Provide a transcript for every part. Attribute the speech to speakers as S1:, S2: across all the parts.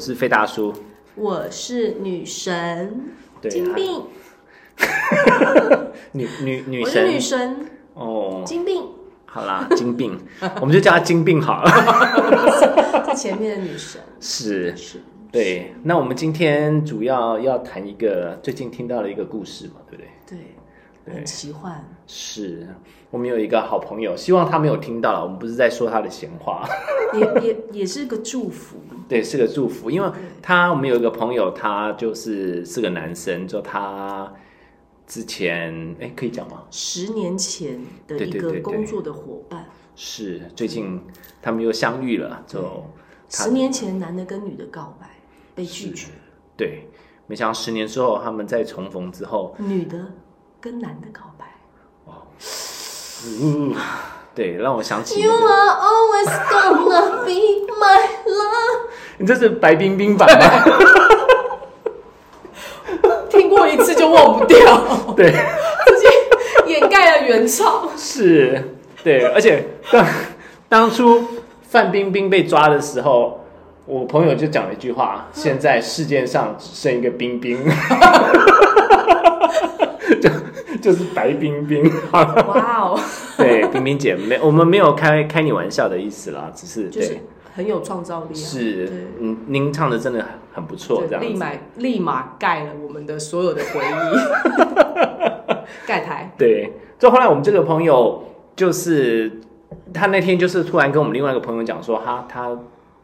S1: 是费大叔。
S2: 我是女神，
S1: 对
S2: 金
S1: 啊，
S2: 币，
S1: 女女女
S2: 我是
S1: 神
S2: 女神，
S1: 哦，
S2: 金币，
S1: 好啦，金病， 我们就叫她金病好了。
S2: 在前面的女神
S1: 是，
S2: 是
S1: 对。那我们今天主要要谈一个最近听到的一个故事嘛，对不对？
S2: 对，
S1: 对
S2: 很奇幻，
S1: 是我们有一个好朋友，希望他没有听到了，我们不是在说他的闲话。
S2: 也也也是个祝福，
S1: 对，是个祝福，因为他我们有一个朋友，他就是是个男生，就他之前哎、可以讲吗？
S2: 十年前的
S1: 对
S2: 一
S1: 对对
S2: 个
S1: 对
S2: 工作的伙伴，
S1: 是最近他们又相遇了，就他
S2: 十年前男的跟女的告白被拒绝，
S1: 对，没想到十年之后他们再重逢之后，
S2: 女的跟男的告白。
S1: 嗯，对，让我想起、那
S2: You
S1: 个，
S2: are always gonna be my love。
S1: 你这是白冰冰版吗？
S2: 听过一次就忘不掉，
S1: 对，
S2: 直接掩盖了原唱。
S1: 是，对，而且当当初范冰冰被抓的时候。我朋友就讲了一句话：“现在世界上只剩一个冰 冰，就就是白冰冰。好了
S2: 哇哦，”
S1: 对，冰冰姐没，我们没有开开你玩笑的意思啦，只是
S2: 就
S1: 对。
S2: 是很有创造力啊！
S1: 是
S2: 对，
S1: 嗯，您唱的真的很不错，这
S2: 对立
S1: 样子。
S2: 马立马盖了我们的所有的回 忆，盖台。
S1: 对，就后来我们这个朋友，就是他那天就是突然跟我们另外一个朋友讲说，他他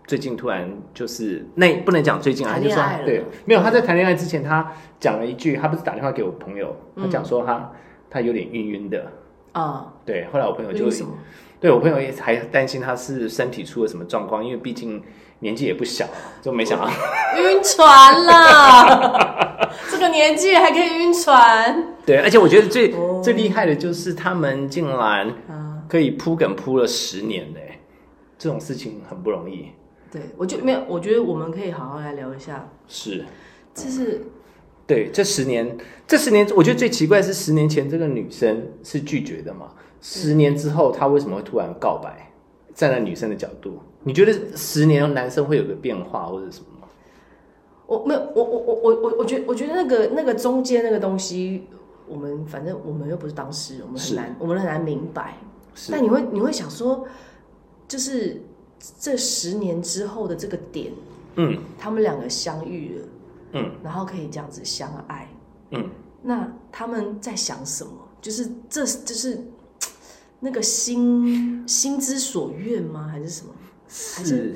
S1: 最近突然就是那不能讲最近啊，
S2: 谈
S1: 就
S2: 恋
S1: 说
S2: 爱了
S1: 对，没有他在谈恋爱之前，他讲了一句，他不是打电话给我朋友，他讲说他、他有点晕晕的。
S2: 啊、
S1: 对，后来我朋友就
S2: 为什么？
S1: 对我朋友也还担心他是身体出了什么状况，因为毕竟年纪也不小了，就没
S2: 哦
S1: 想到
S2: 晕船啦！ 这个年纪还可以晕船
S1: 对，而且我觉得最、
S2: 哦
S1: 最厉害的就是他们竟然
S2: 啊！
S1: 可以铺梗铺了十年嘞、这种事情很不容易。
S2: 对，我就没有，我觉得我们可以好好来聊一下，
S1: 是，
S2: 就是
S1: 对，这十年，这十年，我觉得最奇怪是十年前这个女生是拒绝的嘛，十年之后她为什么会突然告白？站在女生的角度，你觉得十年后男生会有个变化或者什么吗？
S2: 我没有，我我我我我我觉我觉得那个那个中间那个东西，我们反正我们又不是当事人，我们
S1: 是
S2: 很难我们很难明白。
S1: 是
S2: 但你会你会想说，就是这十年之后的这个点，
S1: 嗯
S2: 他们两个相遇了，
S1: 嗯
S2: 然后可以这样子相爱，
S1: 嗯，
S2: 那他们在想什么？就是这就是嘖那个心心之所愿吗？还是什么？
S1: 是，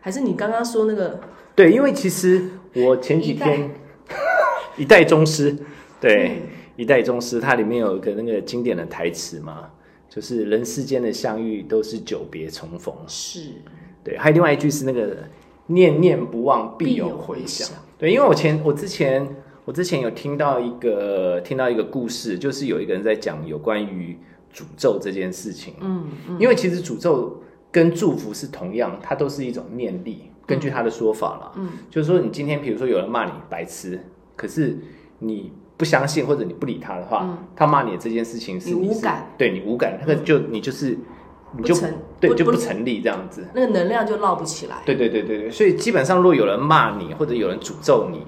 S2: 还是你刚刚说那个
S1: 对，因为其实我前几天 一代嗯宗师，对，一代宗师，它里面有一个那个经典的台词嘛，就是人世间的相遇都是久别重逢。
S2: 是
S1: 对，还有另外一句是那个念念不忘必有回响。对，因为我前我之前我之前有听到一个听到一个故事，就是有一个人在讲有关于诅咒这件事情。
S2: 嗯
S1: 因为其实诅咒跟祝福是同样，它都是一种念力。根据他的说法啦，
S2: 嗯，
S1: 就是说你今天比如说有人骂你白痴，可是你不相信或者你不理他的话，他骂你的这件事情是
S2: 嗯你
S1: 是
S2: 无感，嗯
S1: 对你无感，那个就你就是你
S2: 不
S1: 就
S2: 成
S1: 对
S2: 不
S1: 就
S2: 不
S1: 不成立这样子。
S2: 那个能量就绕不起来。
S1: 对对对对对，所以基本上，如果有人骂你或者有人诅咒你，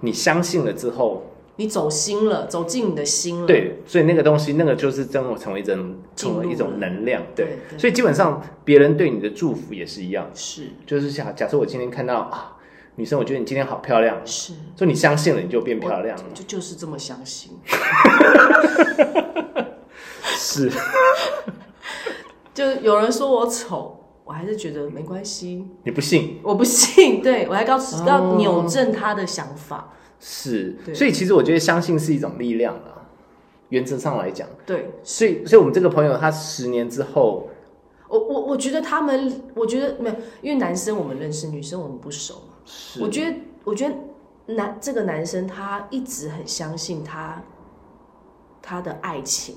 S1: 你相信了之后，
S2: 你走心了，走进你的心了。，
S1: 对，所以那个东西，那个就是真的成为一种
S2: 进入
S1: 成
S2: 了
S1: 为一种能量，对。
S2: 嗯对对
S1: 所以基本上，别人对你的祝福也是一样，
S2: 是
S1: 就是假假设我今天看到啊，女生，我觉得你今天好漂亮，
S2: 是，
S1: 就你相信了，你就变漂亮了，
S2: 就就是这么相信，
S1: 是
S2: 就有人说我丑，我还是觉得没关系，
S1: 你不信
S2: 我不信，对我还告诉
S1: 哦
S2: 要扭正他的想法，
S1: 是，
S2: 对
S1: 所以其实我觉得相信是一种力量啦，原则上来讲，
S2: 对
S1: 所以所以我们这个朋友他十年之后，
S2: 我我我觉得他们，我觉得没有，因为男生我们认识，女生我们不熟嘛，
S1: 是
S2: 我觉得我觉得男这个男生他一直很相信他他的爱情，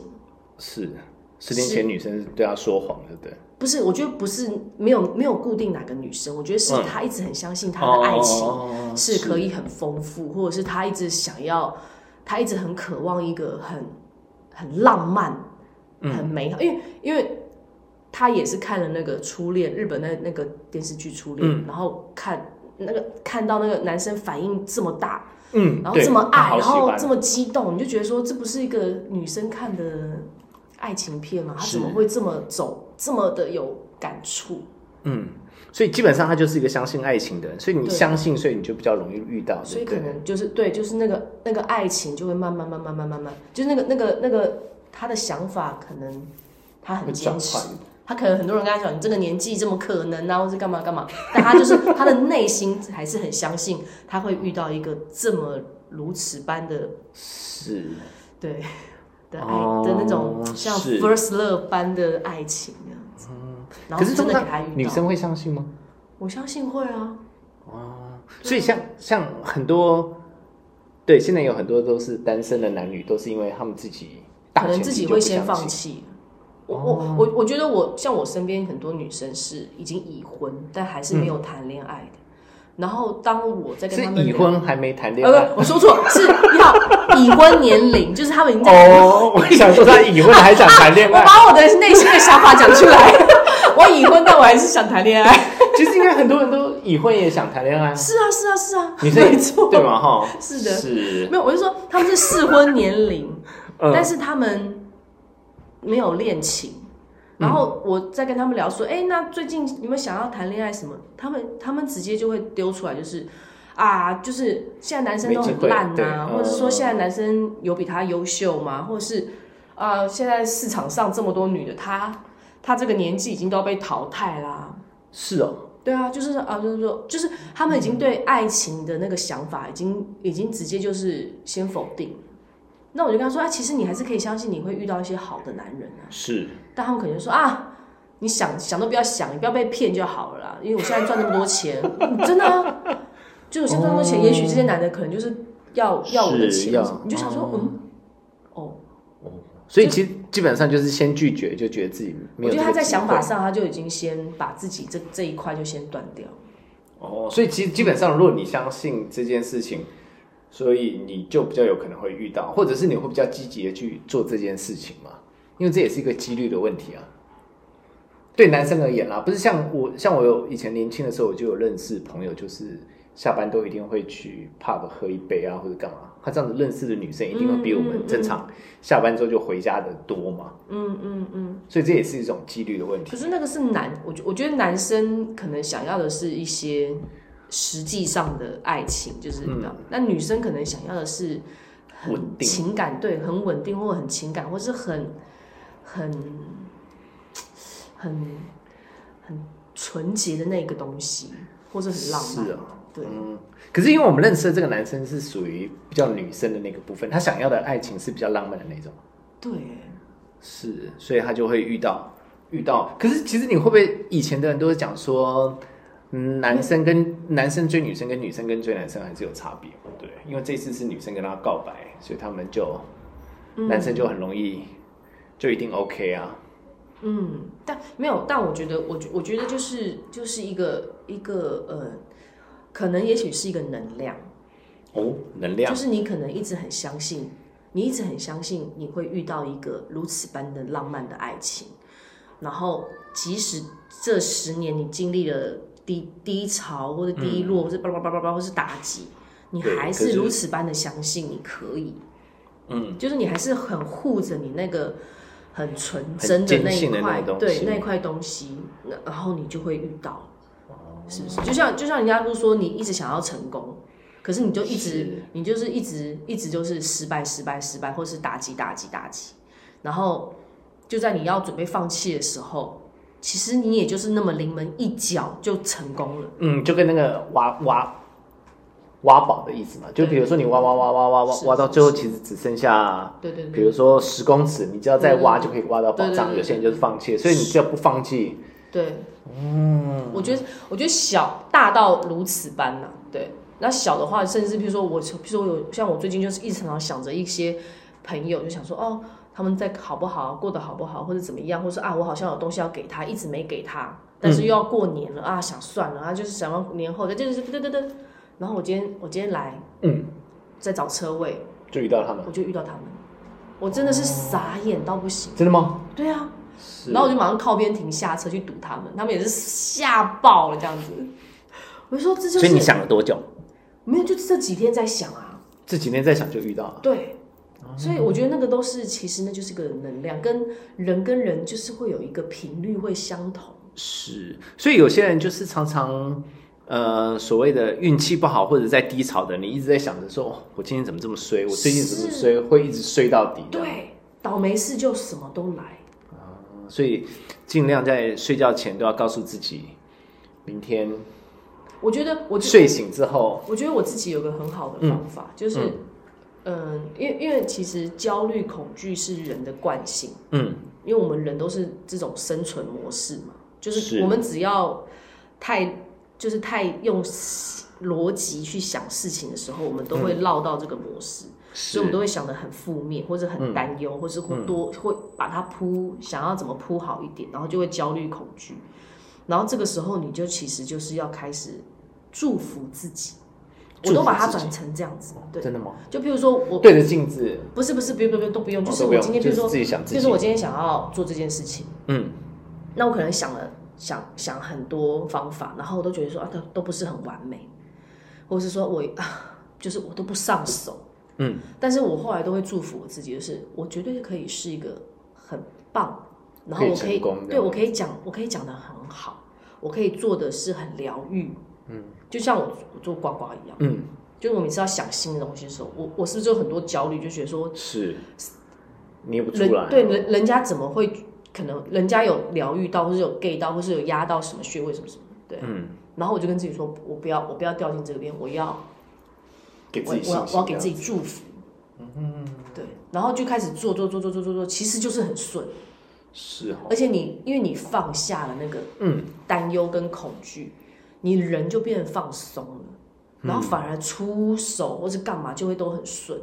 S1: 是，十年前女生对他说谎，对不对？
S2: 不是，我觉得不是没有没有固定哪个女生，我觉得是
S1: 嗯
S2: 他一直很相信他的爱情。
S1: 哦
S2: 是可以很丰富，或者是他一直想要，他一直很渴望一个很很浪漫、
S1: 嗯
S2: 很美好，因为因为
S1: 嗯
S2: 他也是看了那个初恋日本那那个电视剧初恋，然后看那个看到那个男生反应这么大，
S1: 嗯，
S2: 然后
S1: 对
S2: 这么
S1: 他
S2: 爱，
S1: 好
S2: 然
S1: 喜
S2: 后
S1: 欢
S2: 这么激动，你就觉得说这不是一个女生看的爱情片吗？他
S1: 是
S2: 怎么会这么走，这么的有感触？
S1: 嗯，所以基本上他就是一个相信爱情的人，所以你
S2: 对
S1: 相信，所以你就比较容易遇到，
S2: 所
S1: 对
S2: 以
S1: 不
S2: 可
S1: 对？
S2: 能就是对，就是那个那个爱情就会慢慢慢慢慢慢慢，就是那个那个那个他的想法可能他很
S1: 会
S2: 坚
S1: 转
S2: 持
S1: 换，
S2: 他可能很多人跟他讲你这个年纪这么可能啊，或是干嘛干嘛，但他就是他的内心还是很相信他会遇到一个这么如此般的
S1: 是
S2: 对的爱、
S1: 哦
S2: 的那种像
S1: 是
S2: first love 般的爱情那样子，然
S1: 嗯
S2: 后
S1: 可是
S2: 真
S1: 通
S2: 的
S1: 常
S2: 给他遇到，
S1: 女生会相信吗？
S2: 我相信会啊，
S1: 哦，所以像像很多，对，现在有很多都是单身的男女，都是因为他们自己大
S2: 可能
S1: 前
S2: 自
S1: 提
S2: 己
S1: 就
S2: 会
S1: 不
S2: 先
S1: 相
S2: 放
S1: 信哦
S2: 弃。我我我我觉得我像我身边很多女生是已经已婚，但还是没有谈恋爱的。然后当我在
S1: 嗯
S2: 跟
S1: 是
S2: 他们
S1: 已
S2: 聊
S1: 婚还没谈恋
S2: 呃，
S1: 爱。
S2: 不我说错，是要已婚年龄，就是他们已经在。
S1: 哦，我想说他已婚还想谈恋
S2: 我
S1: 爱，
S2: 把我的内心的想法讲出来， 我已婚，但我还是想谈恋爱。
S1: 其实应该很多人都已婚也想谈恋爱啊，
S2: 是啊，是啊，是啊，
S1: 女生也
S2: 没错，
S1: 对吗？哈，
S2: 是的
S1: 是，
S2: 没有，我就说他们是适婚年龄，
S1: 嗯
S2: 但是他们没有恋情。然后我在跟他们聊说，哎、那最近你们想要谈恋爱什么？他们他们直接就会丢出来，就是啊，就是现在男生都
S1: 没
S2: 很
S1: 机会
S2: 烂
S1: 对
S2: 啊，
S1: 嗯
S2: 或者说现在男生有比他优秀吗？或者是啊、现在市场上这么多女的，她她这个年纪已经都要被淘汰啦。
S1: 是哦，
S2: 对啊，就是啊，就是说，就是他们已经对爱情的那个想法，已经已经直接就是先否定。那我就跟他说，啊，其实你还是可以相信你会遇到一些好的男人啊。
S1: 是，
S2: 但他们可能就说啊，你想想都不要想，你不要被骗就好了啦。因为我现在赚那么多钱， 嗯真的、啊，就我现在赚那么多钱，
S1: 哦
S2: 也许这些男的可能就是要要我的
S1: 是
S2: 钱
S1: 要，
S2: 你就想说
S1: 哦，
S2: 嗯，哦，
S1: 所以其实基本上就是先拒绝，就觉得自己没
S2: 我
S1: 有。
S2: 觉得他在想法。上他就已经先把自己这这一块就先断掉。
S1: 哦，所以其实基本上，如果你相信这件事情，所以你就比较有可能会遇到，或者是你会比较积极的去做这件事情嘛，因为这也是一个几率的问题啊。对男生而言啦，不是像我，像我有以前年轻的时候，我就有认识朋友，就是下班都一定会去 pub 喝一杯啊，或者干嘛。他这样子认识的女生，一定会比我
S2: 嗯嗯
S1: 们
S2: 嗯
S1: 正常下班之后就回家的多嘛，
S2: 嗯嗯嗯。
S1: 所以这也是一种几率的问题
S2: 可。是那个是男，我觉我觉得男生可能想要的是一些实际上的爱情，就是、
S1: 嗯
S2: 那女生可能想要的是很
S1: 稳定
S2: 情感，对，很稳定或很情感，或是很很很很纯洁的那个东西，或是很浪漫。
S1: 是啊，
S2: 对，
S1: 嗯，可是因为我们认识的这个男生是属于比较女生的那个部分，他想要的爱情是比较浪漫的那种，
S2: 对，
S1: 是，所以他就会遇到遇到。可是其实你会不会以前的人都是讲说，嗯，男生跟男生追女生跟女生跟追男生还是有差别，对，因为这次是女生跟他告白，所以他们就男生就很容易就一定 OK 啊，
S2: 嗯，但没有，但我觉得，我觉我觉得就是就是一个一个呃，可能也许是一个能量。
S1: 哦，能量
S2: 就是你可能一直很相信，你一直很相信你会遇到一个如此般的浪漫的爱情，然后即使这十年你经历了低低潮或者低落，或是叭叭叭叭叭，或是打击，你
S1: 嗯对
S2: 还
S1: 可
S2: 是
S1: 是
S2: 如此般的相信你可以，
S1: 嗯，
S2: 就是你还是很护着你那个。很纯
S1: 很
S2: 真的
S1: 坚
S2: 那一
S1: 信的那
S2: 块，
S1: 个东
S2: 对
S1: 西
S2: 那一块东西，那然后你就会遇到，是不是？就像就像人家都说，你一直想要成功，可是你就一直
S1: 是
S2: 你就是一直一直就是失败失败失败，或是打击打击打击，然后就在你要准备放弃的时候，其实你也就是那么临门一脚就成功了。
S1: 嗯，就跟那个挖挖挖宝的意思嘛，就比如说你挖挖挖挖挖挖
S2: 是
S1: 挖到
S2: 是
S1: 最后，
S2: 是
S1: 其实只剩下
S2: 对对
S1: 比
S2: 对
S1: 如说十公尺，你只要再挖就可以挖到宝
S2: 对对嗯对
S1: 藏。
S2: 对
S1: 有些人就是放弃，所以你只要不放弃，
S2: 对，嗯，我觉得我觉得小大到如此般呐、对。那小的话，甚至譬如说我，譬如说我有像我最近就是一直常常想着一些朋友，就想说哦，他们在好不好，过得好不好，或者怎么样，或者说啊，我好像有东西要给他，一直没给他，但是又要过年了、啊，想算了啊，就是想要年后的，就是对对对。然后我今天我今天来
S1: 嗯，
S2: 在找车位，
S1: 就遇到他们
S2: 我，就遇到他们，我真的是傻眼到不行。
S1: 真的吗？
S2: 对啊，
S1: 是
S2: 然后我就马上靠边停下车去堵他们，他们也是吓爆了这样子。我就说这就是
S1: 所以你想了多久？
S2: 没有，就这几天在想啊，
S1: 这几天在想就遇到了。
S2: 对，所以我觉得那个都是其实那就是个能量，跟人跟人就是会有一个频率会相同。
S1: 是，所以有些人就是常常，呃，所谓的运气不好或者在低潮的，你一直在想着说，哦，我今天怎么这么衰？我最近怎么
S2: 是
S1: 衰？会一直衰到底。的。
S2: 对，倒霉事就什么都来。
S1: 所以尽量在睡觉前都要告诉自己，明天
S2: 我觉得我
S1: 睡醒之后，
S2: 我觉得我自己有个很好的方法，就是，嗯、因为因为其实焦虑、恐惧是人的惯性，
S1: 嗯，
S2: 因为我们人都是这种生存模式嘛，就是是我们只要太就是太用逻辑去想事情的时候，我们都会绕到这个模式，所以我
S1: 嗯是
S2: 们
S1: 嗯
S2: 都会想的很负面，或者很担忧，或是会多会把它铺想要怎么铺好一点，然后就会焦虑、恐惧，然后这个时候你就其实就是要开始祝福自己。我
S1: 祝
S2: 都
S1: 福
S2: 把它
S1: 自己
S2: 转成这样子，对，
S1: 真的吗？
S2: 就譬如说我
S1: 对着镜子，
S2: 不是不是，不用不用都不用，就
S1: 哦
S2: 是
S1: 都不
S2: 我
S1: 用
S2: 今天，譬
S1: 就
S2: 如
S1: 是
S2: 说，
S1: 自己想自
S2: 就是我
S1: 己，
S2: 今天想要做这件事情，
S1: 嗯，
S2: 那我可能想了想想很多方法，然后我都觉得说啊，都都不是很完美，或者是说我 啊，就是我都不上手，
S1: 嗯，
S2: 但是我后来都会祝福我自己，就是我绝对可以是一个很棒，然后我可
S1: 可以
S2: 以
S1: 成功的
S2: 对我可以讲，我可以讲的很好，我可以做的是很疗愈，嗯，就像我我做呱呱一样，
S1: 嗯，
S2: 就是我每次要想新的东西的时候，我我是不是就很多焦虑，就觉得说
S1: 是，你也不出来哦
S2: 人，嗯对人人家怎么会可能人家有疗愈到，或是有 gay 到，或是有压到什么穴位什么什么，对。
S1: 嗯，
S2: 然后我就跟自己说，我不要，我不要掉进这边，我要，
S1: 给
S2: 我
S1: 自己
S2: 我要
S1: 信心
S2: 我
S1: 啊
S2: 要给自己祝福，嗯，对。然后就开始做做做做做做做，其实就是很顺，
S1: 是哦，
S2: 而且你因为你放下了那个
S1: 嗯，
S2: 担忧跟恐惧，你人就变得放松了，然后反而出手或是干嘛就会都很顺，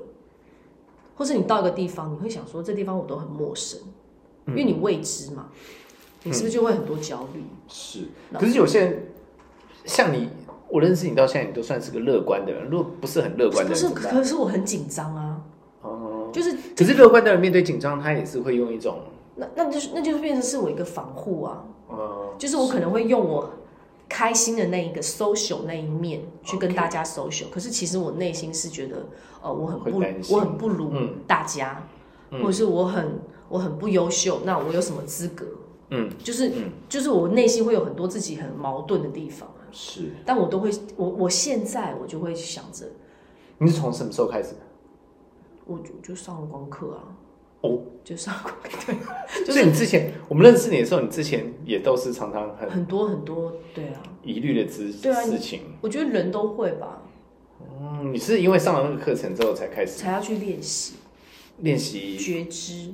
S2: 或是你到一个地方，你会想说这地方我都很陌生，因为你未知嘛，你是不是就会很多焦虑？
S1: 是，
S2: 那
S1: 可是有些人像你，我认识你到现在，你都算是个乐观的人，如果不是很嗯乐观的
S2: 不
S1: 人
S2: 是，
S1: 怎么办，
S2: 可是我很紧张啊，
S1: 哦，
S2: 就是
S1: 可是乐观的人面对紧张，他也是会用一种，
S2: 那那就是那就是变成是我一个防护啊，
S1: 呃，
S2: 就是我可能会用我开心的那一个 social 那一面去跟大家 social，可是其实我内心是觉得，呃，我很不
S1: 会担，心
S2: 我很不如
S1: 嗯
S2: 大家，或者是我很我很不优秀，那我有什么资格？
S1: 嗯，
S2: 就是、
S1: 嗯
S2: 就是我内心会有很多自己很矛盾的地方，
S1: 是，
S2: 但我都会，我我现在我就会想着，
S1: 你是从什么时候开始？
S2: 我就就上了功课啊，
S1: 哦，
S2: 就上了功课，对，就
S1: 所以
S2: 是
S1: 你之前我们认识你的时候，你之前也都是常常很
S2: 很多很多，对啊，
S1: 疑虑的之
S2: 对啊你
S1: 事情。
S2: 我觉得人都会吧，
S1: 嗯，你是因为上了那个课程之后才开始
S2: 才要去练习
S1: 练习
S2: 觉知。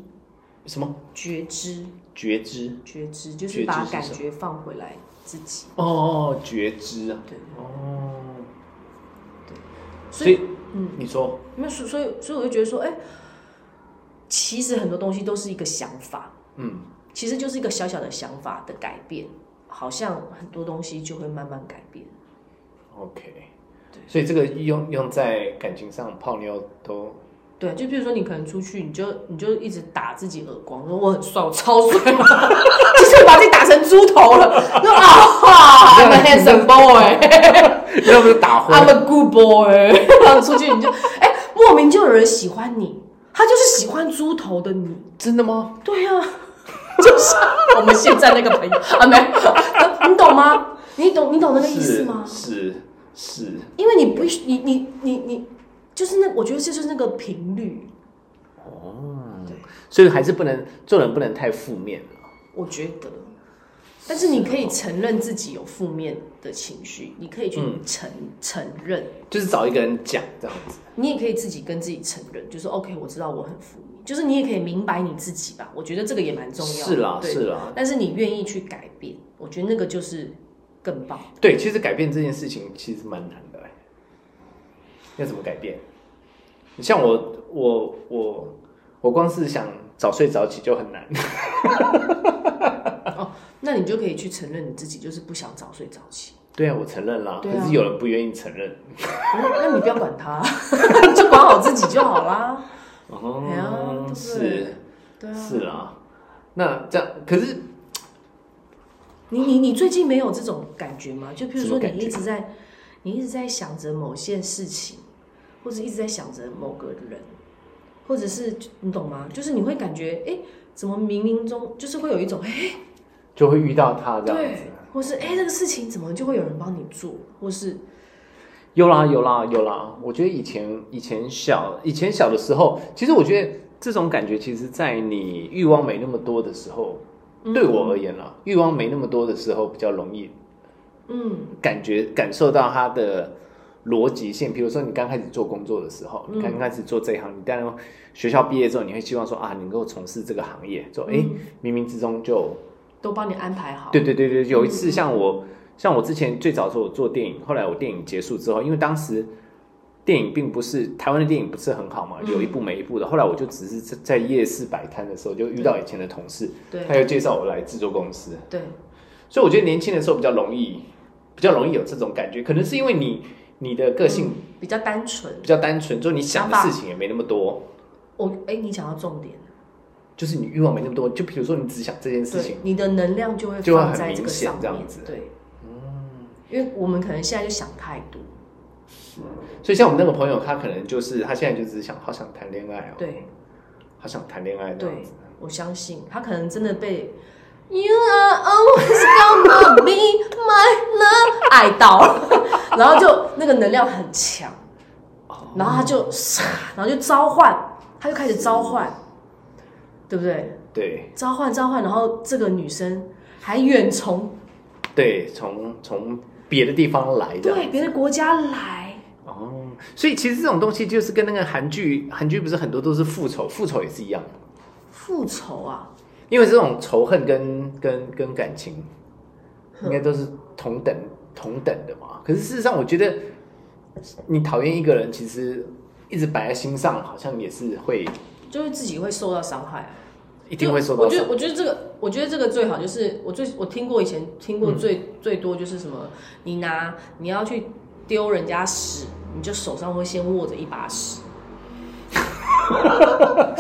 S1: 什么
S2: 觉知，
S1: 觉知？
S2: 觉知
S1: 觉
S2: 就是
S1: 知
S2: 把
S1: 是
S2: 感
S1: 什么
S2: 觉放回来自己。
S1: 哦，觉知啊。
S2: 对，
S1: 哦，
S2: 所
S1: 所以
S2: 以嗯，
S1: 你说
S2: 那所所以所以我就觉得说，哎、其实很多东西都是一个想法，
S1: 嗯，
S2: 其实就是一个小小的想法的改变，好像很多东西就会慢慢改变。
S1: OK，
S2: 对
S1: 所以这个用用在感情上泡妞都
S2: 对，就比如说你可能出去，你就你就一直打自己耳光，说我很帅，我超帅， 就是把自己打成猪头了。 那啊，I'm a handsome boy。
S1: 要不是打昏
S2: I'm a good boy，然后 出去你就哎、莫名就有人喜欢你，他就是喜欢猪头的你。
S1: 真的吗？
S2: 对啊， 就是我们现在那个朋友啊，没有，你懂吗？你懂你懂那个意思吗？
S1: 是是，
S2: 因为你不你你你你就是那，我觉得这就是那个频率，
S1: 所以还是不能做人不能太负面了。
S2: 我觉得。但是你可以承认自己有负面的情绪，你可以去承、承认，
S1: 就是找一个人讲这样子，
S2: 你也可以自己跟自己承认，就是 OK，我知道我很负面，就是你也可以明白你自己吧。我觉得这个也蛮重要的，
S1: 是啦
S2: 对
S1: 是啦，
S2: 但是你愿意去改变，我觉得那个就是更棒。
S1: 对，其实改变这件事情其实蛮难的、欸，要怎么改变？你像我，我，我，我光是想早睡早起就很难。
S2: 那你就可以去承认你自己就是不想早睡早起，
S1: 对啊，我承认啦，
S2: 对啊
S1: 可是有人不愿意承认。
S2: 那哦那你不要管他， 你就管好自己就好啦。哎呀
S1: 哦
S2: 对，不
S1: 是
S2: 对对啊，
S1: 是啦，那这样可是
S2: 你你你最近没有这种感觉吗？就譬如
S1: 什
S2: 说
S1: 么感
S2: 你
S1: 觉
S2: 一直在你一直在想着某件事情，或者一直在想着某个人，或者是你懂吗？就是你会感觉，哎，怎么冥冥中就是会有一种，哎，
S1: 就会遇到他这样子啊
S2: 对。，或是哎，这个事情怎么就会有人帮你做，或是
S1: 有啦有啦有啦，我觉得以前以前小以前小的时候，其实我觉得这种感觉，其实在你欲望没那么多的时候，对我而言啦，欲望没那么多的时候比较容易
S2: 嗯
S1: 感觉感受到它的逻辑性。比如说，你刚开始做工作的时候，
S2: 嗯
S1: 你刚开始做这一行，你当然学校毕业之后，你会希望说啊，能够从事这个行业，说哎，冥冥之中就
S2: 都帮你安排好，嗯
S1: 对对对对，有一次像我，像我之前最早的时候我做电影，后来我电影结束之后，因为当时电影并不是台湾的电影不是很好嘛，
S2: 嗯
S1: 有一部没一部的。后来我就只是在在夜市摆摊的时候就遇到以前的同事，
S2: 对
S1: 他又介绍我来制作公司，
S2: 对，
S1: 所以我觉得年轻的时候比较容易，比较容易有这种感觉，可能是因为你你的个性
S2: 嗯比较单纯。
S1: 比较单纯，就你想的
S2: 想法
S1: 事情也没那么多，
S2: 我哎、你讲到重点，
S1: 就是你欲望没那么多。就比如说你只想这件事
S2: 对
S1: 情，，
S2: 你的能量就会
S1: 就会
S2: 放
S1: 很
S2: 在
S1: 明
S2: 这个
S1: 显
S2: 上
S1: 这样
S2: 面
S1: 子，嗯
S2: 对，因为我们可能现在就想太多，
S1: 所以像我们那个朋友，他可能就是他现在就只是想好想谈恋爱哦。
S2: 对
S1: 好想谈恋爱这哦样
S2: 对
S1: 子。，
S2: 我相信他可能真的被 You are always gonna be my love 爱到 了，然后就那个能量很强，
S1: 哦
S2: 然后他就 然后就召唤，他就开始召唤，对不对？
S1: 对
S2: 召唤召唤，然后这个女生还远从
S1: 对，从从别的地方来的。
S2: 对别的国家来，
S1: 哦，所以其实这种东西就是跟那个韩剧，韩剧不是很多都是复仇，复仇也是一样，
S2: 复仇啊，
S1: 因为这种仇恨跟跟跟感情，应该都是同等同等的嘛。可是事实上，我觉得你讨厌一个人，其实一直摆在心上，好像也是会
S2: 就是自己会受到伤害啊。
S1: 一定会受到
S2: 我觉
S1: 伤
S2: 得，我觉得这个，我觉得这个最好就是我最我听过以前听
S1: 嗯
S2: 过最、最多就是什么，你拿你要去丢人家屎，你就手上会先握着一 把屎，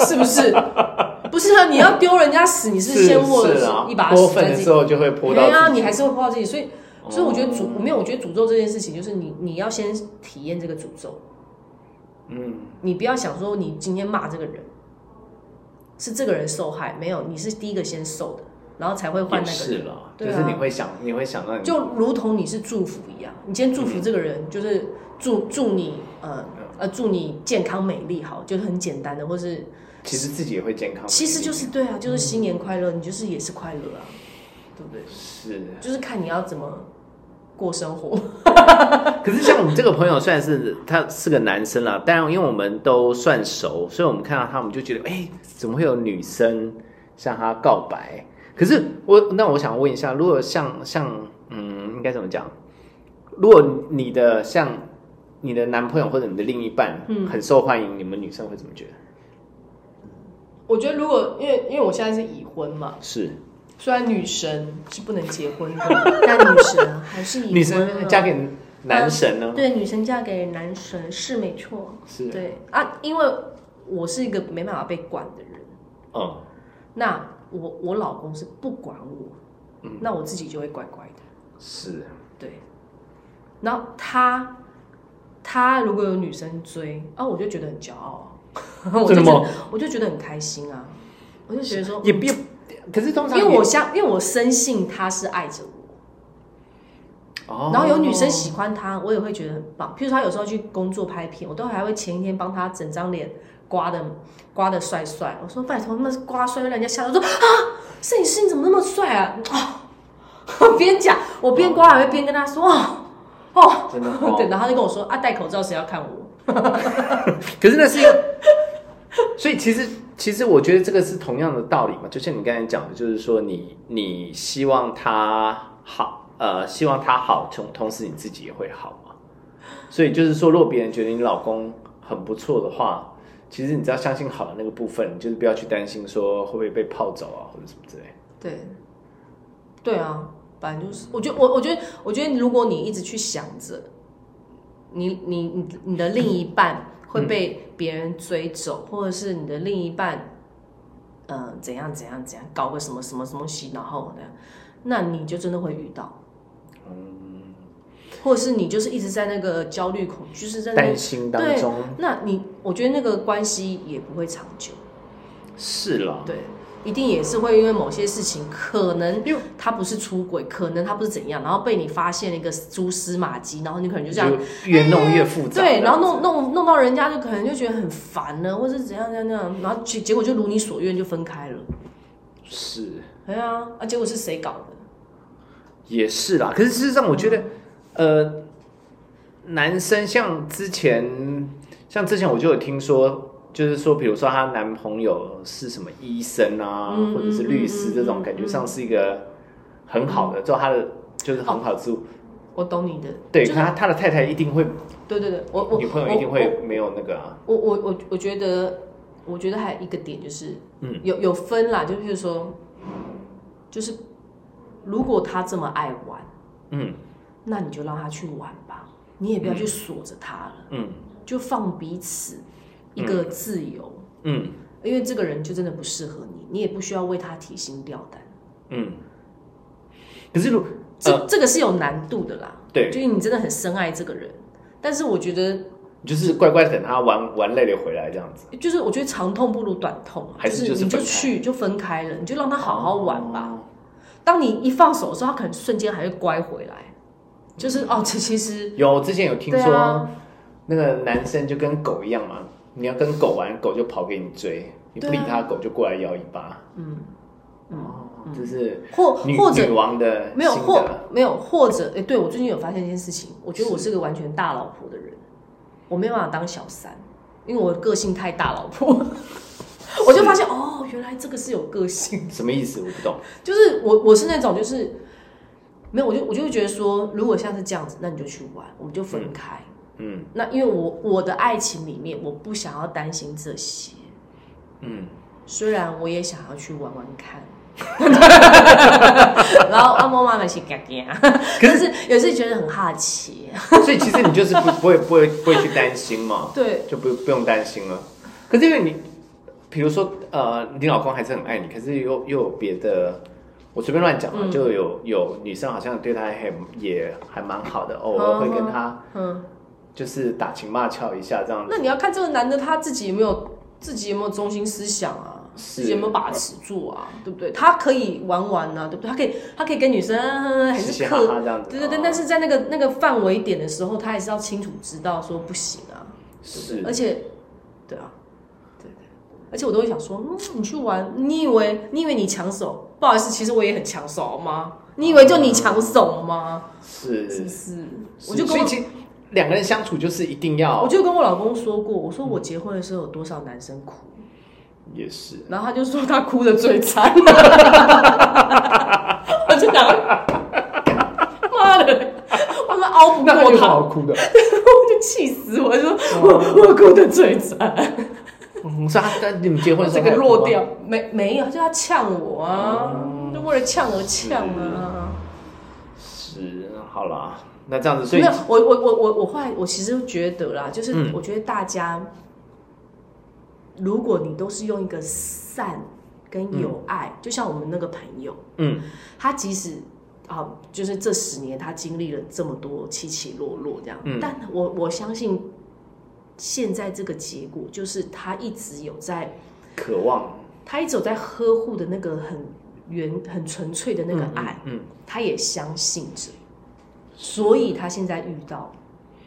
S2: 是不是？不是啊，你要丢人家屎，你是先握
S1: 是
S2: 着
S1: 啊
S2: 一把
S1: 泼
S2: 屎
S1: 粪
S2: 在
S1: 的
S2: 自己
S1: 时候就会泼到
S2: 对啊，
S1: 自己
S2: 你还是会碰到自己，所以所以我觉得诅、
S1: 哦
S2: 没有，我觉得诅咒这件事情就是你你要先体验这个诅咒，
S1: 嗯，
S2: 你不要想说你今天骂这个人是这个人受害，没有，你是第一个先受的，然后才会换
S1: 也
S2: 那个
S1: 是
S2: 人。
S1: 了，就
S2: 对啊
S1: 是你会想，你会想到你
S2: 就如同你是祝福一样，你今天祝福这个人，就是祝祝你呃呃祝你健康美丽，好，就是很简单的，或是
S1: 其实自己也会健康，
S2: 其实就是对啊，就是新年快乐，你就是也是快乐啊，对不对？
S1: 是。
S2: 就是看你要怎么过生活。
S1: 可是像我们这个朋友，虽然是他是个男生啦，但因为我们都算熟，所以我们看到他，我们就觉得，哎、怎么会有女生向他告白？可是我那我想问一下，如果像像嗯，应该怎么讲？如果你的像你的男朋友或者你的另一半
S2: 嗯
S1: 很受欢迎，你们女生会怎么觉得？
S2: 我觉得如果因为因为我现在是已婚嘛，
S1: 是
S2: 虽然女神是不能结婚的， 但女神还是已婚啊
S1: 女生
S2: 了
S1: 嫁给男神呢？
S2: 对，女生嫁给男神是没错。
S1: 是
S2: 对啊，因为我是一个没办法被管的人，
S1: 嗯，
S2: 那我我老公是不管我，那我自己就会乖乖的。
S1: 是
S2: 对，然后他他如果有女生追啊，我就觉得很骄傲 啊，我
S1: 真的
S2: 就觉
S1: 吗
S2: 得我就觉得很开心啊，我就觉得说，
S1: 也不，可是通常
S2: 因为我
S1: 也
S2: 相因为我深信他是爱着我。
S1: 哦
S2: 然后有女生喜欢他，我也会觉得很棒。譬如说他有时候去工作拍片，我都还会前一天帮他整张脸刮的刮的帅帅。我说拜托，那是刮帅会让人家吓到。我说啊，摄影师你怎么那么帅啊？啊， 我边讲我边刮，还会边跟他说哦哦，
S1: 真的 哦
S2: 对，然后他就跟我说啊，戴口罩谁要看我？
S1: 可是那是一个，所以其实其实我觉得这个是同样的道理嘛，就像你刚才讲的，就是说你你希望他好，呃，希望他好，同同时你自己也会好嘛。所以就是说，如果别人觉得你老公很不错的话，其实你只要相信好的那个部分，你就是不要去担心说会不会被泡走啊，或者什么之类。
S2: 对，对啊，反正就是，我觉得我我觉得我觉得如果你一直去想着你你你你的另一半
S1: 嗯
S2: 会被别人追走，或者是你的另一半，呃，怎样怎样怎样搞个什么什么什么东西，然后呢，那你就真的会遇到。
S1: 嗯，
S2: 或者是你就是一直在那个焦虑、恐惧，就是在那
S1: 担
S2: 个，
S1: 心当中
S2: 那你我觉得那个关系也不会长久，
S1: 是啦，
S2: 对，一定也是会因为某些事情，可能
S1: 因为
S2: 他不是出轨，可能他不是怎样，然后被你发现了一个蛛丝马迹，然后你可能就这样
S1: 就越弄越复杂，
S2: 对，然后弄弄弄到人家就可能就觉得很烦了，或是怎样怎样怎样，然后结结果就如你所愿就分开了。
S1: 是
S2: 对啊，啊，结果是谁搞的？
S1: 也是啦，可是事实上我觉得，呃，男生像之前像之前我就有听说。就是说，比如说她男朋友是什么医生啊，
S2: 嗯
S1: 或者是律师这种，感觉上是一个很好的，就他的就是很好的职务。
S2: 我懂你的，
S1: 对，
S2: 哦就
S1: 可
S2: 是
S1: 他他的太太一定会，
S2: 对对对，我我
S1: 女朋友一定会没有那个啊。
S2: 我我我我觉得，我觉得还有一个点就是，
S1: 嗯，
S2: 有有分啦，就譬如说，就是如果他这么爱玩，
S1: 嗯
S2: 那你就让他去玩吧，你也不要去锁着他了，
S1: 嗯
S2: 就放彼此一个自由，
S1: 嗯
S2: 因为这个人就真的不适合你，你也不需要为他提心吊胆。
S1: 嗯。可是如
S2: 这、
S1: 呃，
S2: 这个是有难度的啦，
S1: 对，
S2: 就是你真的很深爱这个人，但是我觉得，
S1: 就是乖乖地等他玩玩累了回来这样子，
S2: 就是我觉得长痛不如短痛啊，
S1: 还是
S2: 就
S1: 就是分
S2: 你就
S1: 开
S2: 去就分开了，你就让他好好玩吧。
S1: 哦。
S2: 当你一放手的时候，他可能瞬间还会乖回来，就是哦，这其实
S1: 有，之前有听
S2: 对
S1: 说、
S2: 啊
S1: 那个男生就跟狗一样嘛，你要跟狗玩，狗就跑给你追，你不理
S2: 对啊
S1: 它，狗就过来摇尾巴。
S2: 嗯，
S1: 哦，这是
S2: 或
S1: 女
S2: 或
S1: 女
S2: 者
S1: 王的
S2: 没有
S1: 心
S2: 或
S1: 得
S2: 没有或者哎、对我最近有发现一件事情，我觉得我是个完全大老婆的人，我没有办法当小三，因为我个性太大老婆， 我就发现哦，原来这个是有个性的。
S1: 什么意思？我不懂。
S2: 就是我我是那种就是没有，我就我就会觉得说，如果像是这样子，那你就去玩，我们就分开。
S1: 嗯
S2: 那因为我我的爱情里面，我不想要担心这些，
S1: 嗯，
S2: 虽然我也想要去玩玩看。 然后阿嬷妈妈是嘎嘎，但是有时候觉得很好奇。
S1: 所以其实你就是不不会不会不会去担心嘛，
S2: 对，
S1: 就不不用担心了。可是因为你，比如说呃，你老公还是很爱你，可是又又有别的，我随便乱讲啊，
S2: 嗯
S1: 就有有女生好像对他很也还蛮好的，偶尔会跟他
S2: 嗯，
S1: 就是打情骂俏一下这样子。
S2: 那你要看这个男的他自己有没有自己有没有中心思想啊，
S1: 是
S2: 自己有没有把持住啊，对不对？他可以玩玩啊，对不对？他可以他可以跟女生哎还
S1: 嘻嘻
S2: 是
S1: 哈
S2: 客
S1: 哈这样子，
S2: 对对对
S1: 哦，
S2: 但是在那个那个范围点的时候，他还是要清楚知道说不行啊，
S1: 是
S2: 而且，对啊，对对，而且我都会想说，嗯，你去玩，你以为你以为你抢手？不好意思，其实我也很抢手好吗？你以为就你抢手吗？是
S1: 是
S2: 不，是？
S1: 是
S2: 我就
S1: 所
S2: 跟
S1: 以
S2: 我
S1: 其实两个人相处就是一定
S2: 我
S1: 要
S2: 就跟我老公说过，我说我结婚的时候有多少男生哭，
S1: 也是
S2: 然后他就说他哭的最惨， 我就想，妈的，我们熬不
S1: 那他
S2: 过
S1: 有什么
S2: 他。
S1: 好哭的？
S2: 我就气死我，说我我哭的最惨，
S1: 嗯，是他但你们结婚的时
S2: 这
S1: 候
S2: 个
S1: 还有哭
S2: 弱
S1: 吗嗯
S2: 掉，没没有，他就要呛我啊，就为了呛而呛啊。
S1: 是好啦，那这样子，所
S2: 没
S1: 以
S2: 有，我我我我我后来我其实觉得啦，就是
S1: 嗯
S2: 我觉得大家，如果你都是用一个善跟友爱，就像我们那个朋友，
S1: 嗯
S2: 他即使啊，就是这十年他经历了这么多起起落落这样，
S1: 嗯
S2: 但我我相信现在这个结果就是他一直有在。
S1: 渴望
S2: 他一直有在呵护的那个很原、很纯粹的那个爱，，
S1: 嗯嗯嗯
S2: 他也相信着，所以他现在遇到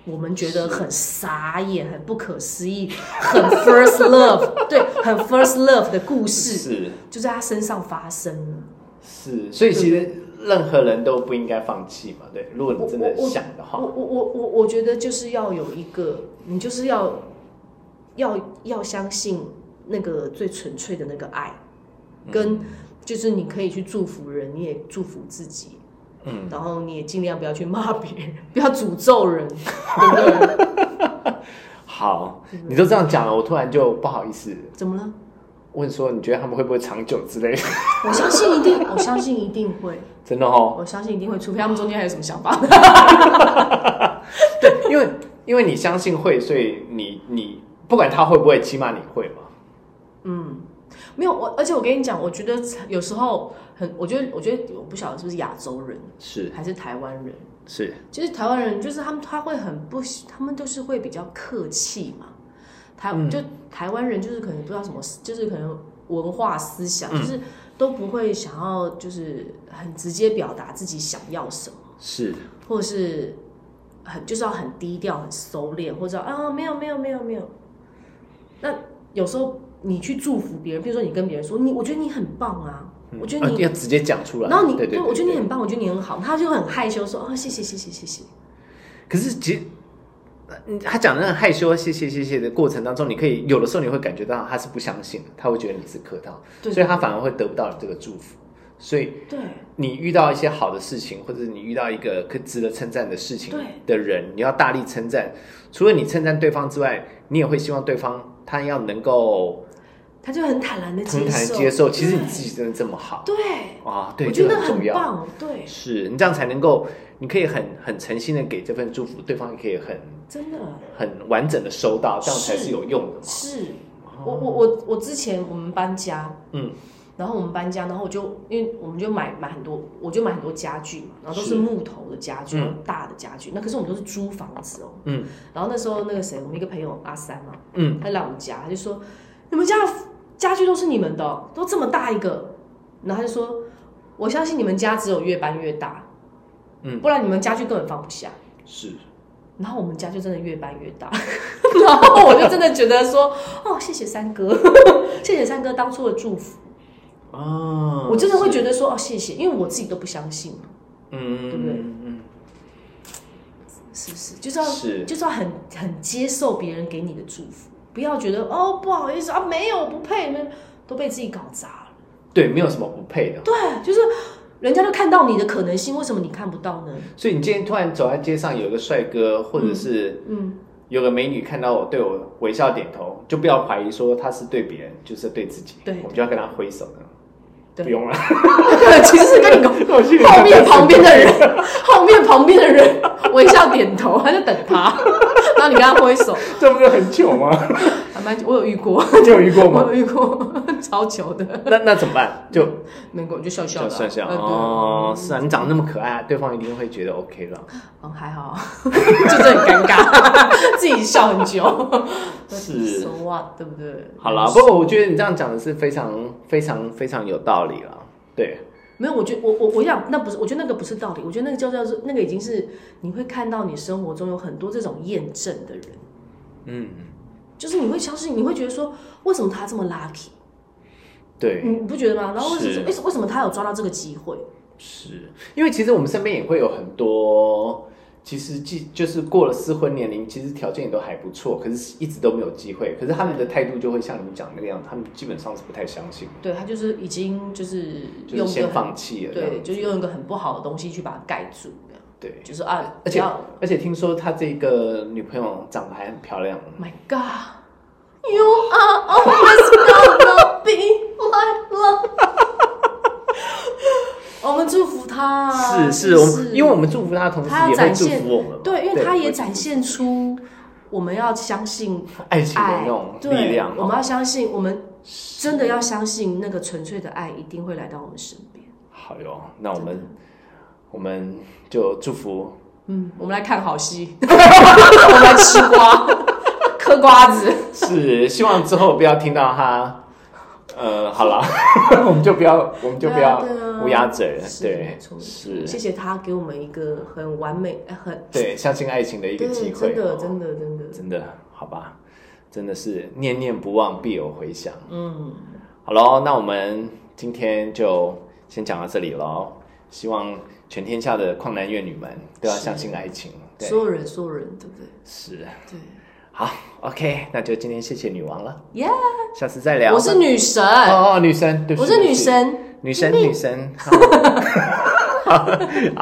S2: 我们觉得很傻眼、很不可思议、很 first love，对，很 first love 的故事，
S1: 是
S2: 就在他身上发生了。
S1: 是，所以其实任何人都不应该放弃嘛，对，如果你真的
S2: 我我
S1: 想的
S2: 我
S1: 话，
S2: 我我我我觉得就是要有一个，你就是要要要相信那个最纯粹的那个爱，跟就是你可以去祝福人，你也祝福自己，
S1: 嗯，
S2: 然后你也尽量不要去骂别人， 不要诅咒人，对不对？
S1: 好，你都这样讲了，我突然就不好意思
S2: 怎么了？
S1: 问说，你觉得他们会不会长久之类的？
S2: 我相信一定，我相信一定会，
S1: 真的哦，
S2: 我相信一定会，除非他们中间还有什么想法。
S1: 对， 因为因为你相信会，所以你你不管他会不会，起码你会嘛，
S2: 没有我，而且我跟你讲，我觉得有时候很，我觉得我觉得我不晓得是不是亚洲人
S1: 是
S2: 还是台湾人，
S1: 是
S2: 其实台湾人就是他们，他会很不喜，他们都是会比较客气嘛。台、
S1: 嗯
S2: 就台湾人就是可能不知道什么，就是可能文化思想，
S1: 嗯
S2: 就是都不会想要就是很直接表达自己想要什么，
S1: 是，
S2: 或者是很就是要很低调、很收敛，或者啊没有没有没有没有。那有时候你去祝福别人，比如说你跟别人说你，我觉得你很棒啊，
S1: 嗯
S2: 我觉得你
S1: 啊要直接讲出来。
S2: 然后你
S1: 对对，
S2: 我觉得
S1: 对
S2: 你很棒，我觉得你很好，他就很害羞说啊谢谢谢谢谢谢。
S1: 可是其实。嗯他讲的那个害羞、谢谢、谢谢的过程当中，你可以有的时候你会感觉到他是不相信的，他会觉得你是客套，
S2: 对
S1: 所以他反而会得不到你这个祝福。所以
S2: 对
S1: 你遇到一些好的事情，或者你遇到一个可值得称赞的事情
S2: 对
S1: 的人，你要大力称赞。除了你称赞对方之外，你也会希望对方他要能够
S2: 他就很坦然的接
S1: 通谈
S2: 受，
S1: 接受。其实你
S2: 对
S1: 自己真的这么好
S2: 对，
S1: 啊，对，
S2: 我觉
S1: 这个
S2: 得
S1: 很重
S2: 很
S1: 要。
S2: 棒，对，
S1: 是你这样才能够，你可以很很诚心的给这份祝福，对方也可以很
S2: 真的
S1: 很完整的收到，这样才
S2: 是
S1: 是有用的嘛。
S2: 是。我我我我之前我们搬家，
S1: 哦嗯，
S2: 然后我们搬家，然后我就因为我们就买买很多，我就买很多家具嘛，然后都
S1: 是
S2: 是木头的家
S1: 嗯
S2: 具，然后大的家具。那可是我们都是租房子哦，
S1: 嗯。
S2: 然后那时候那个谁，我们一个朋友阿三嘛，
S1: 嗯，
S2: 他来我们家，他就说：“你们家的家具都是你们的哦、都这么大一个。”然后他就说：“我相信你们家只有越搬越大，
S1: 嗯
S2: 不然你们家具根本放不下。”
S1: 是
S2: 然后我们家就真的越搬越大， 然后我就真的觉得说，哦，谢谢三哥， 谢谢三哥当初的祝福，
S1: 啊，
S2: 我真的会
S1: 得，
S2: 觉得说，哦，谢谢，因为我自己都不相信，
S1: 嗯，
S2: 对不对
S1: 嗯
S2: 是不是？就是要
S1: 嗯，是
S2: 就是要很很接受别人给你的祝福，不要觉得哦不好意思啊，没有我不配，没有都被自己搞砸了。
S1: 对，没有什么不配的。
S2: 对，就是人家都看到你的可能性，为什么你看不到呢？
S1: 所以你今天突然走在街上，有个帅哥，或者是
S2: 嗯，
S1: 有个美女看到我，对我微笑点头，就不要怀疑说他是对别人，就是对自己，
S2: 对
S1: 我们就要跟他挥手了。
S2: 对
S1: 不用了，
S2: 其实是跟你
S1: 我去
S2: 后面旁边的人， 后面旁边的 人微笑点头，他就等 他，然后你跟他挥手，
S1: 这不是很糗吗？
S2: 还蛮我有遇过，
S1: 你有遇过
S2: 我
S1: 吗
S2: 有？遇过 超糗的，
S1: 那那怎么办？就
S2: 能够我就笑笑
S1: 笑
S2: 的、
S1: 笑笑
S2: 呃对
S1: 哦，是啊，你长得那么可爱，对方一定会觉得 OK 了。
S2: 哦还好， 就真的很尴尬， 自己笑很久，
S1: 是
S2: so what 对不对？
S1: 好啦，不过我觉得你这样讲的是非常非常非常有道理了。对，
S2: 没有，我觉得我我我想那不是，我觉得那个不是道理，我觉得那个叫叫做那个已经是你会看到你生活中有很多这种验证的人，
S1: 嗯，
S2: 就是你会相信，你会觉得说为什么他这么 lucky，
S1: 对，
S2: 你不觉得吗？然后为什
S1: 是
S2: 么为什为什么他有抓到这个机会？
S1: 是因为其实我们身边也会有很多，其实既就是过了适婚年龄，其实条件也都还不错，可是一直都没有机会。可是他们的态度就会像你们讲的那样，他们基本上是不太相信，
S2: 对他就是已经就是
S1: 就是
S2: 用一个
S1: 先
S2: 很
S1: 放弃了。这
S2: 对，
S1: 样
S2: 就是用一个很不好的东西去把它盖住，这样
S1: 对，
S2: 就是啊，
S1: 而且
S2: 不要
S1: 而且听说他这个女朋友长得还很漂亮。
S2: My God，You are always gonna be my love 我们祝福他，
S1: 是是，我们因为我们祝福他的同时
S2: 啊他要
S1: 也会
S2: 展
S1: 祝
S2: 现
S1: 福我们嘛，
S2: 对，因为他
S1: 会祝
S2: 也
S1: 福
S2: 展现出我们要相信
S1: 爱情的
S2: 爱
S1: 那种力
S2: 对
S1: 量，哦，
S2: 我们要相信，我们真的要相信那个纯粹的爱一定会来到我们身边。
S1: 好哟，那我们我们就祝福
S2: 嗯，我们来看好戏， 我们来吃 瓜，嗑瓜子。
S1: 是希望之后不要听到他。呃，好 了，我们就不要，我们就不要
S2: 对啊对啊
S1: 乌鸦嘴了，
S2: 是
S1: 对
S2: 没错，谢
S1: 是，
S2: 谢他给我们一个很完美、呃很
S1: 对，相信爱情的一个机会，
S2: 真的
S1: 哦
S2: 真的真的，
S1: 真的，好吧，真的是念念不忘，必有回响。
S2: 嗯，
S1: 好喽，那我们今天就先讲到这里喽。希望全天下的旷男怨女们都要
S2: 是
S1: 相信爱情，对
S2: 所，有人所有人，对不对？
S1: 是
S2: 对，
S1: 好，OK，那就今天谢谢女王了，
S2: 耶、
S1: 下次再聊。
S2: 我是女神，
S1: 啊哦哦，女神，对不
S2: 我
S1: 起，
S2: 是
S1: 对
S2: 女
S1: 不起。
S2: 神，
S1: 女 神，女神。好，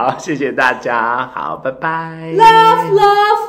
S1: 好谢谢大家，好，拜拜。
S2: ，love love。